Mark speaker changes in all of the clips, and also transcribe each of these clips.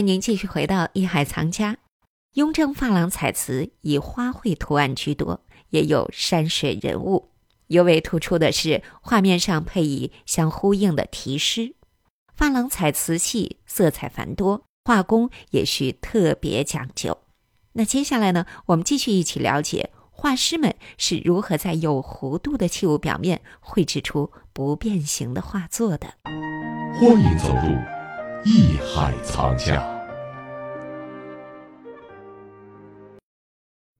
Speaker 1: 欢迎您继续回到《艺海藏家》。雍正珐琅彩瓷以花卉图案居多，也有山水人物。尤为突出的是画面上配以相呼应的题诗。珐琅彩瓷器色彩繁多，画工也需特别讲究。那接下来呢，我们继续一起了解画师们是如何在有弧度的器物表面绘制出不变形的画作的。
Speaker 2: 欢迎走入。艺海藏家，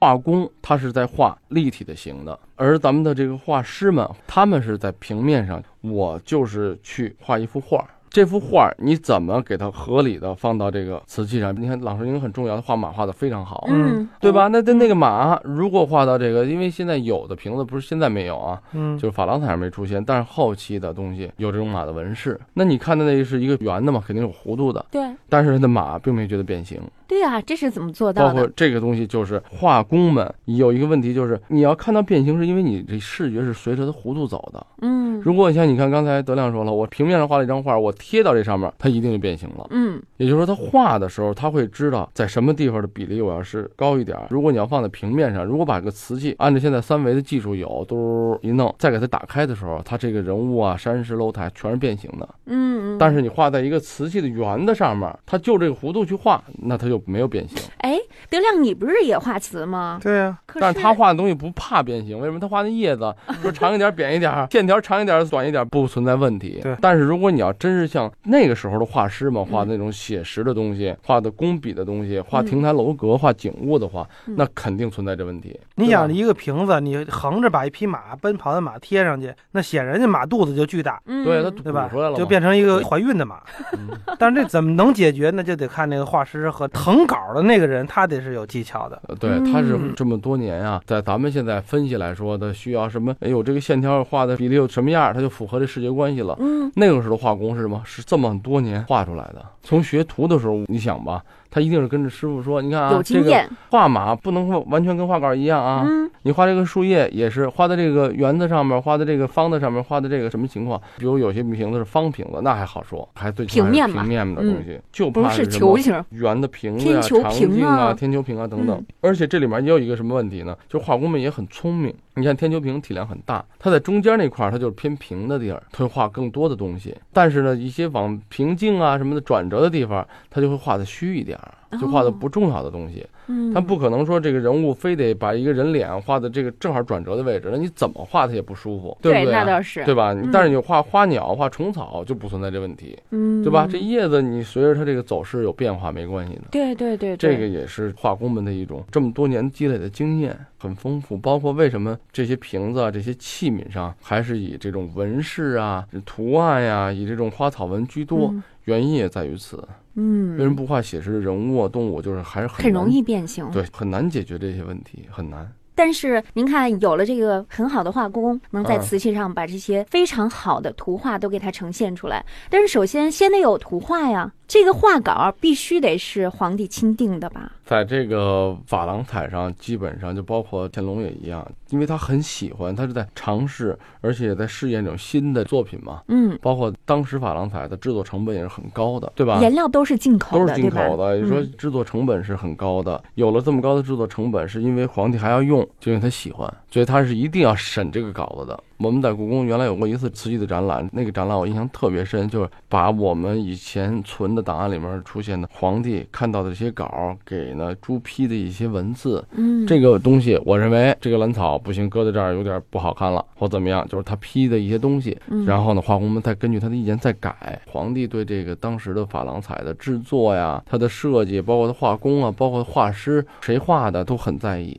Speaker 3: 画工他是在画立体的形的，而咱们的这个画师们，他们是在平面上。我就是去画一幅画，这幅画你怎么给它合理的放到这个瓷器上？你看郎世宁很重要，他画马画的非常好，
Speaker 4: 嗯，
Speaker 3: 对吧？那那那个马如果画到这个，因为现在有的瓶子不是现在没有啊，
Speaker 4: 嗯，
Speaker 3: 就是珐琅彩上没出现，但是后期的东西有这种马的纹饰。那你看的那个是一个圆的嘛，肯定有弧度的。
Speaker 4: 对
Speaker 3: 但是它的马并没觉得变形，
Speaker 4: 对啊，这是怎么做
Speaker 3: 包
Speaker 4: 到
Speaker 3: 括
Speaker 4: 的？
Speaker 3: 这个东西就是画工们有一个问题，就是你要看到变形，是因为你这视觉是随着它弧度走的。
Speaker 4: 嗯
Speaker 3: 如果像你看刚才德亮说了，我平面上画了一张画，我贴到这上面，它一定就变形了。
Speaker 4: 嗯
Speaker 3: 也就是说，它画的时候，它会知道在什么地方的比例我要是高一点。如果你要放在平面上，如果把这个瓷器按照现在三维的技术有，嘟一弄，再给它打开的时候，它这个人物啊、山石楼台全是变形的。
Speaker 4: 嗯，嗯
Speaker 3: 但是你画在一个瓷器的圆的上面，它就这个弧度去画，那它就没有变形。
Speaker 4: 哎，德亮，你不是也画瓷吗？
Speaker 5: 对呀、
Speaker 4: 可嗯
Speaker 3: 但是他画的东西不怕变形，为什么？他画那叶子说长一点、扁一点，线条长一点、短一点不存在问题
Speaker 5: 对。
Speaker 3: 但是如果你要真是像那个时候的画师们
Speaker 4: 嗯
Speaker 3: 画那种写实的东西，画的工笔的东西，画亭台楼阁、画景物的话，
Speaker 4: 嗯
Speaker 3: 那肯定存在这问题。
Speaker 5: 你
Speaker 3: 对吧
Speaker 5: 想一个瓶子，你横着把一匹马奔跑的马贴上去，那显然这马肚子就巨大，
Speaker 4: 嗯
Speaker 3: 对他
Speaker 5: 对吧
Speaker 3: 鼓出来了嘛，
Speaker 5: 就变成一个怀孕的马。
Speaker 3: 嗯
Speaker 5: 但是这怎么能解决呢？就得看那个画师和誊稿的那个人，他得是有技巧的。
Speaker 3: 呃，对，它是
Speaker 4: 嗯
Speaker 3: 这么多年啊，在咱们现在分析来说的，需要什么？哎呦，这个线条画的比例有什么样儿，它就符合这视觉关系了。
Speaker 4: 嗯
Speaker 3: 那个时候画工是什么？是这么多年画出来的。从学徒的时候，你想吧，他一定是跟着师傅说，你看啊，
Speaker 4: 有经验，
Speaker 3: 这个画马不能说完全跟画稿一样啊。
Speaker 4: 嗯
Speaker 3: 你画这个树叶也是画在这个圆子上面，画在这个方子上面，画的这个什么情况？比如有些瓶子是方瓶子，那还好说，还最起码是
Speaker 4: 平面嘛嗯
Speaker 3: 平面的东西，就
Speaker 4: 不
Speaker 3: 怕
Speaker 4: 是
Speaker 3: 什么
Speaker 4: 球形，
Speaker 3: 圆的瓶子呀、
Speaker 4: 天球
Speaker 3: 长
Speaker 4: 瓶啊
Speaker 3: 镜啊、天球瓶啊等等
Speaker 4: 嗯。
Speaker 3: 而且这里面也有一个什么问题呢？就画工们也很聪明。你看天球瓶体量很大，它在中间那块儿它就是偏平的地儿，它会画更多的东西。但是呢，一些往平静啊什么的转折的地方，它就会画的虚一点儿，就画的不重要的东西。
Speaker 4: 哦嗯，
Speaker 3: 它不可能说这个人物非得把一个人脸画的这个正好转折的位置，那你怎么画它也不舒服，
Speaker 4: 对
Speaker 3: 不对
Speaker 4: 那
Speaker 3: 啊？
Speaker 4: 倒是，
Speaker 3: 对吧？你
Speaker 4: 嗯
Speaker 3: 但是你画花鸟、画虫草就不存在这问题，
Speaker 4: 嗯，
Speaker 3: 对吧？这叶子你随着它这个走势有变化没关系的。
Speaker 4: 对对对，
Speaker 3: 这
Speaker 4: 对
Speaker 3: 个也是画工们的一种这么多年积累的经验，很丰富。包括为什么这些瓶子啊、这些器皿上还是以这种纹饰啊、图案呀、以这种花草纹居多，
Speaker 4: 嗯
Speaker 3: 原因也在于此。
Speaker 4: 嗯，
Speaker 3: 为什么不画写实的人物啊、动物？就是还是很
Speaker 4: 很容
Speaker 3: 难
Speaker 4: 易变形？
Speaker 3: 对，很难解决这些问题，很难。
Speaker 4: 但是您看，有了这个很好的画工，能在
Speaker 3: 嗯
Speaker 4: 瓷器上把这些非常好的图画都给它呈现出来。但是首先先得有图画呀，这个画稿必须得是皇帝钦定的吧？
Speaker 3: 在这个珐琅彩上，基本上就包括乾隆也一样，因为他很喜欢，他是在尝试，而且也在试验这种新的作品嘛。
Speaker 4: 嗯，
Speaker 3: 包括当时珐琅彩的制作成本也是很高的，对吧？
Speaker 4: 颜料都是进口
Speaker 3: 都
Speaker 4: 的，
Speaker 3: 是进口
Speaker 4: 对吧？
Speaker 3: 的，你说
Speaker 4: 嗯
Speaker 3: 制作成本是很高的。有了这么高的制作成本，是因为皇帝还要用，就因为他喜欢，所以他是一定要审这个稿子的。我们在故宫原来有过一次瓷器的展览，那个展览我印象特别深，就是把我们以前存的档案里面出现的皇帝看到的这些稿，给呢朱批的一些文字，
Speaker 4: 嗯，
Speaker 3: 这个东西，我认为这个兰草不行，搁在这儿有点不好看了，或怎么样，就是他批的一些东西。
Speaker 4: 嗯
Speaker 3: 然后呢，画工们再根据他的意见再改。皇帝对这个当时的珐琅彩的制作呀，它的设计，包括它画工啊，包括画师谁画的都很在意。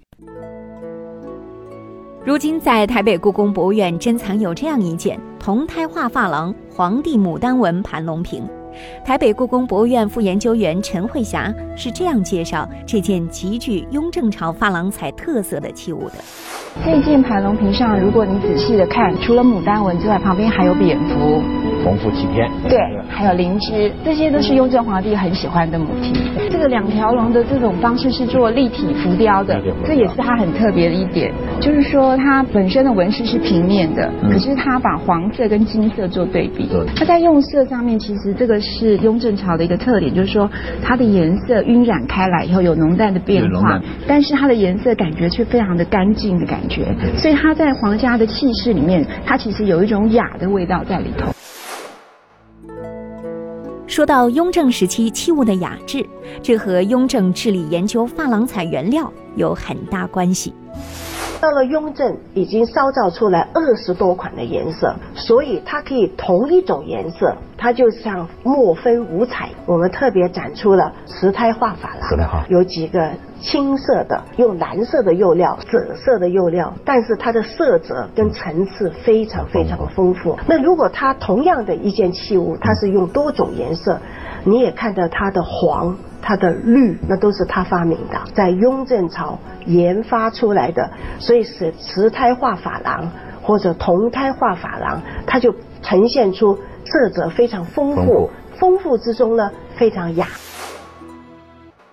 Speaker 1: 如今，在台北故宫博物院珍藏有这样一件铜胎画珐琅皇帝牡丹纹盘龙瓶。台北故宫博物院副研究员陈慧霞是这样介绍这件极具雍正朝珐琅彩特色的器物的。
Speaker 6: 这件盘龙瓶上，如果你仔细的看，除了牡丹纹之外，旁边还有蝙蝠，
Speaker 7: 重复七天。
Speaker 6: 对，还有灵芝，这些都是雍正皇帝很喜欢的母题。这个两条龙的这种方式是做立体浮雕的
Speaker 7: 立体浮雕，
Speaker 6: 这也是它很特别的一点，就是说它本身的纹饰是平面的，
Speaker 7: 嗯
Speaker 6: 可是它把黄色跟金色做对比
Speaker 7: 对。
Speaker 6: 它在用色上面，其实这个是雍正朝的一个特点，就是说它的颜色晕染开来以后有浓淡的变
Speaker 7: 有浓
Speaker 6: 化
Speaker 7: 淡，
Speaker 6: 但是它的颜色感觉却非常的干净的感觉，所以它在皇家的气势里面，它其实有一种雅的味道在里头。
Speaker 4: 说到雍正时期器物的雅致，这和雍正致力研究珐琅彩原料有很大关系。
Speaker 8: 到了雍正，已经烧造出来二十多款的颜色，所以它可以同一种颜色，它就像墨分五彩。我们特别展出了石胎画珐琅，
Speaker 7: 石胎画
Speaker 8: 有几个青色的，用蓝色的釉料、紫色的釉料，但是它的色泽跟层次非常非常丰富。
Speaker 7: 嗯
Speaker 8: 那如果它同样的一件器物，它是用多种颜色，你也看到它的黄。它的绿，那都是他发明的，在雍正朝研发出来的，所以是瓷胎画珐琅或者铜胎画珐琅，它就呈现出色泽非常丰
Speaker 7: 丰
Speaker 8: 富
Speaker 7: 富，
Speaker 8: 丰富之中呢非常雅。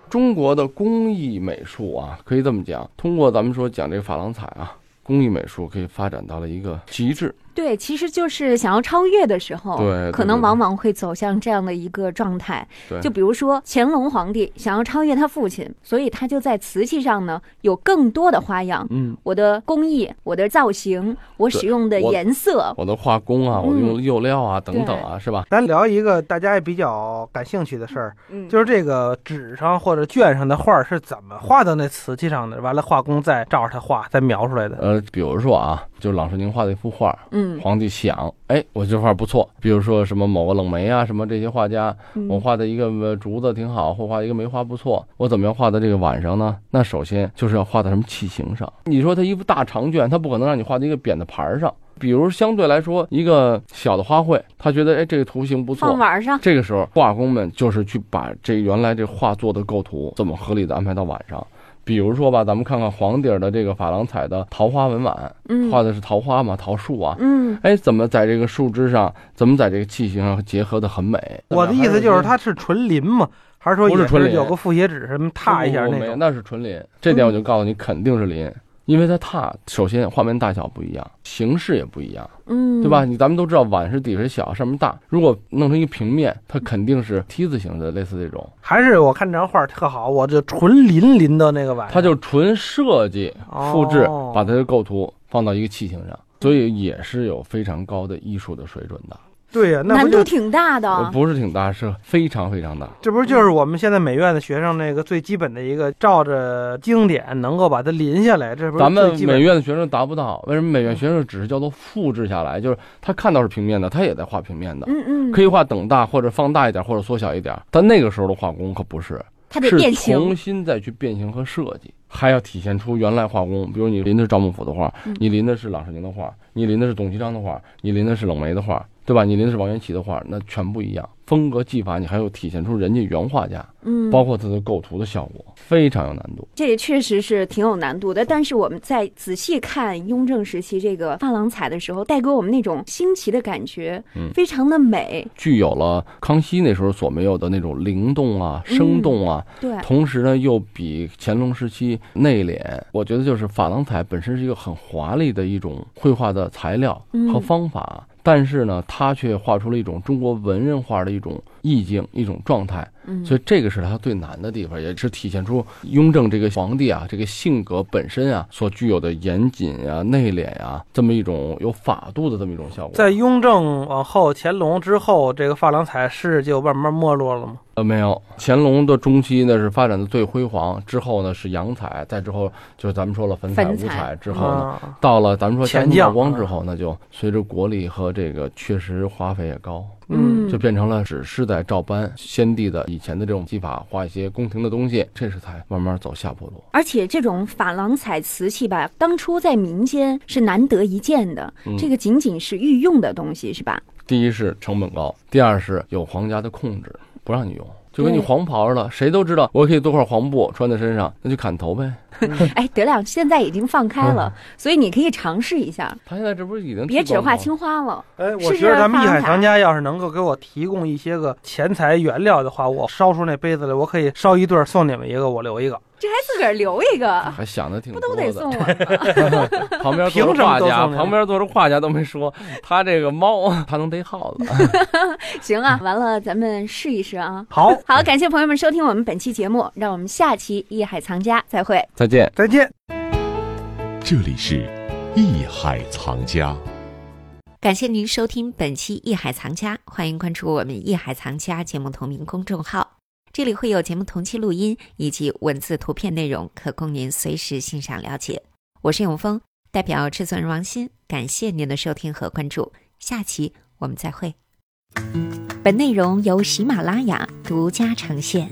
Speaker 3: 中国的工艺美术啊，可以这么讲，通过咱们说讲这个珐琅彩啊，工艺美术可以发展到了一个极致。
Speaker 4: 对，其实就是想要超越的时候，
Speaker 3: 对
Speaker 4: 可
Speaker 3: 对
Speaker 4: 能
Speaker 3: 对
Speaker 4: 往往会走向这样的一个状态。
Speaker 3: 对，
Speaker 4: 就比如说乾隆皇帝想要超越他父亲，所以他就在瓷器上呢有更多的花样。
Speaker 3: 嗯，
Speaker 4: 我的工艺、我的造型、我使用的
Speaker 3: 我
Speaker 4: 颜色，
Speaker 3: 我的画工啊，我
Speaker 4: 嗯
Speaker 3: 用的釉料啊，等等啊，是吧？
Speaker 5: 咱聊一个大家也比较感兴趣的事儿，
Speaker 4: 嗯，
Speaker 5: 就是这个纸上或者卷上的画儿是怎么画到那瓷器上的？完了，画工再照着它画，再描出来的。
Speaker 3: 呃，比如说啊，就是郎世宁画的一幅画，
Speaker 4: 嗯，
Speaker 3: 皇帝想，哎，我这画不错。比如说什么某个冷梅啊，什么这些画家，
Speaker 4: 嗯
Speaker 3: 我画的一个呃竹子挺好，或画一个梅花不错，我怎么样画到这个碗上呢？那首先就是要画到什么器型上。你说它一幅大长卷，它不可能让你画到一个扁的盘儿上。比如相对来说，一个小的花卉，他觉得哎这个图形不错
Speaker 4: 放，碗儿上，
Speaker 3: 这个时候，画工们就是去把这原来这画作的构图怎么合理的安排到晚上。比如说吧，咱们看看黄底儿的这个珐琅彩的桃花纹碗，
Speaker 4: 嗯，
Speaker 3: 画的是桃花嘛，桃树啊。
Speaker 4: 嗯，
Speaker 3: 哎，怎么在这个树枝上，怎么在这个器型上结合的很美？
Speaker 5: 我的意
Speaker 3: 呃
Speaker 5: 思就是，它是纯临嘛，还是说
Speaker 3: 不是
Speaker 5: 也
Speaker 3: 纯临
Speaker 5: 有个复写纸什么踏一下
Speaker 3: 不不
Speaker 5: 那
Speaker 3: 不哦没
Speaker 5: 种？
Speaker 3: 那是纯林。这点我就告诉你，肯定是林，因为它拓，首先画面大小不一样，形式也不一样。
Speaker 4: 嗯，
Speaker 3: 对吧？？你咱们都知道碗是底是小，上面大。如果弄成一平面，它肯定是 T 字形的，类似这种，
Speaker 5: 还是我看这张画儿特好，我就纯临临到那个碗上，
Speaker 3: 它就纯设计复制
Speaker 5: 哎哦，
Speaker 3: 把它的构图放到一个器型上，所以也是有非常高的艺术的水准的。
Speaker 5: 对呀、那不
Speaker 4: 难度
Speaker 5: 就
Speaker 4: 挺大的
Speaker 3: 呃
Speaker 4: 啊，
Speaker 3: 不是挺大，是非常非常大。
Speaker 5: 这不就是我们现在美院的学生那个最基本的一个，照着经典能够把它临下来，这不是
Speaker 3: 咱们
Speaker 5: 最基本
Speaker 3: 美院的学生达不到，为什么美院学生只是叫做复制下来？就是他看到是平面的，他也在画平面的，
Speaker 4: 嗯嗯，
Speaker 3: 可
Speaker 4: 以，
Speaker 3: 以画等大或者放大一点或者缩小一点。但那个时候的画工可不是，
Speaker 4: 它得
Speaker 3: 是
Speaker 4: 变
Speaker 3: 重
Speaker 4: 形，
Speaker 3: 新再去变形和设计，还要体现出原来画工。比如你临的是赵孟俯的画
Speaker 4: 嗯，
Speaker 3: 你临的是郎世宁的画，你临的是董其昌的画，你临的是冷梅的画，对吧？你临的是王元祁的画，那全不一样。风格技法，你还有体现出人家原画家，
Speaker 4: 嗯，
Speaker 3: 包括他的构图的效果，非常有难度。
Speaker 4: 这也确实是挺有难度的，但是我们在仔细看雍正时期这个珐琅彩的时候，带给我们那种新奇的感觉，
Speaker 3: 嗯
Speaker 4: 非常的美。
Speaker 3: 具有了康熙那时候所没有的那种灵动啊、
Speaker 4: 嗯
Speaker 3: 生动啊，
Speaker 4: 对，
Speaker 3: 同时呢，又比乾隆时期内敛，我觉得就是珐琅彩本身是一个很华丽的一种绘画的材料和方法，但是呢，它却画出了一种中国文人画的一种意境、一种状态，
Speaker 4: 嗯，
Speaker 3: 所以这个是它最难的地方，也是体现出雍正这个皇帝啊，这个性格本身啊所具有的严谨啊、内敛啊这么一种有法度的这么一种效果。
Speaker 5: 在雍正往后、乾隆之后，这个珐琅彩是就慢慢没落了吗？
Speaker 3: 呃，没有，乾隆的中期呢是发展的最辉煌，之后呢是洋彩，再之后就是咱们说了粉彩、
Speaker 4: 粉
Speaker 3: 五
Speaker 4: 彩
Speaker 3: 彩之后呢，
Speaker 5: 啊，
Speaker 3: 到了咱们说
Speaker 5: 钱
Speaker 3: 乾隆
Speaker 5: 将
Speaker 3: 道光
Speaker 5: 啊
Speaker 3: 之后，那就随着国力和这个确实花费也高，
Speaker 5: 嗯，
Speaker 3: 就变成了只是在照搬先帝的以前的这种技法，画一些宫廷的东西，这是才慢慢走下坡路。
Speaker 4: 而且这种珐琅彩瓷器吧，当初在民间是难得一见的，
Speaker 3: 嗯
Speaker 4: 这个仅仅是御用的东西，是吧？
Speaker 3: 第一是成本高，第二是有皇家的控制，不让你用。就跟你
Speaker 4: 对
Speaker 3: 黄袍似的，谁都知道我可以做块黄布穿在身上，那就砍头呗。
Speaker 4: 哎，德亮现在已经放开了，
Speaker 3: 嗯
Speaker 4: 所以你可以尝试一下，
Speaker 3: 他现在这不是已经
Speaker 4: 别
Speaker 3: 剃
Speaker 4: 只
Speaker 3: 光
Speaker 4: 画
Speaker 3: 头了
Speaker 4: 青花了。
Speaker 5: 哎，我
Speaker 4: 是
Speaker 5: 觉得咱们
Speaker 4: 珐
Speaker 5: 艺
Speaker 4: 琅
Speaker 5: 海
Speaker 4: 彩
Speaker 5: 藏家要是能够给我提供一些个钱财原料的话，我烧出那杯子来，我可以烧一对儿送你们一个，我留一个。
Speaker 4: 这还自个儿留一个，
Speaker 3: 还想的挺
Speaker 4: 不
Speaker 3: 嗯多
Speaker 4: 都
Speaker 3: 的
Speaker 4: 得。送 我吗？
Speaker 3: 旁边
Speaker 5: 凭
Speaker 3: 坐
Speaker 5: 什
Speaker 3: 着
Speaker 5: 么
Speaker 3: 画
Speaker 5: 都
Speaker 3: 家，
Speaker 5: 送呢
Speaker 3: 旁边坐着画家都没说，他这个猫， 他能逮耗子。
Speaker 4: 行啊，完了咱们试一试啊。
Speaker 5: 好，
Speaker 4: 好，感谢朋友们收听我们本期节目，让我们下期《艺海藏家》再会。
Speaker 3: 再见。
Speaker 5: 再见。
Speaker 2: 这里是艺海藏家。
Speaker 1: 感谢您收听本期《艺海藏家》，欢迎关注我们《艺海藏家》节目同名公众号，这里会有节目同期录音以及文字、图片内容，可供您随时欣赏了解。我是永峰，代表制作人王鑫，感谢您的收听和关注，下期我们再会。本内容由喜马拉雅独家呈现。